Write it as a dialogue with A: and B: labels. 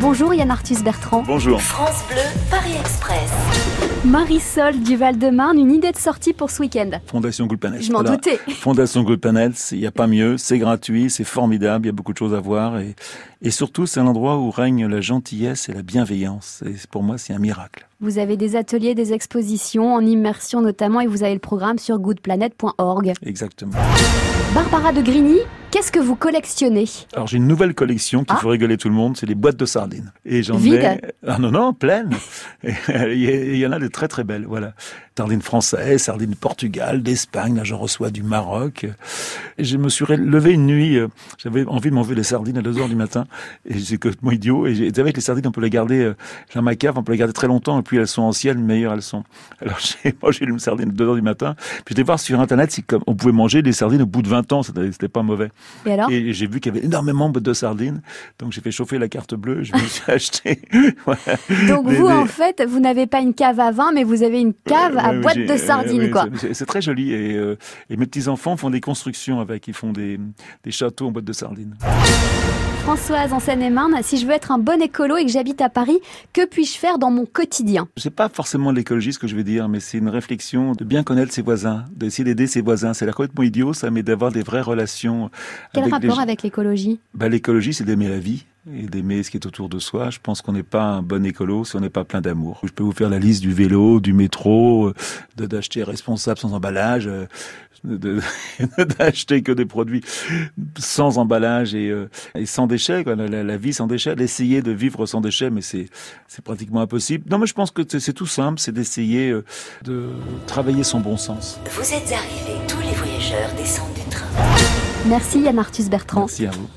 A: Bonjour Yann Arthus Bertrand.
B: Bonjour.
C: France Bleu, Paris Express.
A: Marisol du Val-de-Marne, une idée de sortie pour ce week-end.
B: Fondation Good Planet.
A: Je m'en
B: Voilà.
A: doutais.
B: Fondation Good Planet, il n'y a pas mieux, c'est gratuit, c'est formidable, il y a beaucoup de choses à voir et, et surtout c'est un endroit où règne la gentillesse et la bienveillance. Et pour moi c'est un miracle.
A: Vous avez des ateliers, des expositions en immersion notamment et vous avez le programme sur goodplanet.org.
B: Exactement.
A: Barbara de Grigny, qu'est-ce que vous collectionnez
B: Alors j'ai une nouvelle collection qui
A: Ah.
B: fait rigoler tout le monde, c'est les boîtes de sardines. Et j'en
A: Vide
B: ai ah non non pleines. Et euh, Il y a- il y en a des très très belles. Voilà, sardines françaises, sardines du Portugal, d'Espagne. Là j'en reçois du Maroc. Et je me suis ré- levé une nuit, euh, j'avais envie de manger des sardines à 2 heures du matin. Et j'ai complètement idiot. Et j'ai- vous savez que les sardines on peut les garder euh, dans ma cave, on peut les garder très longtemps. Et puis elles sont anciennes, meilleures elles sont. Alors j'ai mangé une sardine à 2 heures du matin. Puis j'étais voir sur internet si comme on pouvait manger des sardines au bout de 20 ans. C'était c'était pas mauvais.
A: Et alors
B: Et j'ai vu qu'il y avait énormément de sardines. Donc j'ai fait chauffer la carte bleue. Je me suis acheté. Voilà.
A: Donc
B: des-
A: vous
B: des-
A: en fait, vous n'avez pas une cave à vin mais vous avez une cave à
B: Ouais, ouais,
A: boîte
B: Euh, j'ai-
A: de sardines
B: ouais, ouais,
A: quoi.
B: c'est- C'est très joli. Et, euh, et mes petits-enfants font des constructions avec. Ils font des, des châteaux en boîte de sardines.
A: Françoise en Seine-et-Marne, si je veux être un bon écolo et que j'habite à Paris, que puis-je faire dans mon quotidien
B: C'est pas forcément de l'écologie ce que je vais dire, mais c'est une réflexion de bien connaître ses voisins, d'essayer d'aider ses voisins. C'est la complètement idiot, ça, mais d'avoir des vraies relations.
A: Quel
B: avec les
A: rapport
B: gens.
A: avec l'écologie
B: Bah, L'écologie, c'est d'aimer la vie et d'aimer ce qui est autour de soi. Je pense qu'on n'est pas un bon écolo si on n'est pas plein d'amour. Je peux vous faire la liste du vélo, du métro, euh, de- d'acheter responsable sans emballage, euh, de- d'acheter que des produits sans emballage et, euh, et sans déchets. quoi. La, la- la vie sans déchets, d'essayer de vivre sans déchets, mais c'est c'est pratiquement impossible. Non, mais je pense que c'est c'est tout simple, c'est d'essayer euh, de travailler son bon sens.
C: Vous êtes arrivés, tous les voyageurs descendent du train.
A: Merci Yann Arthus Bertrand.
B: Merci à vous.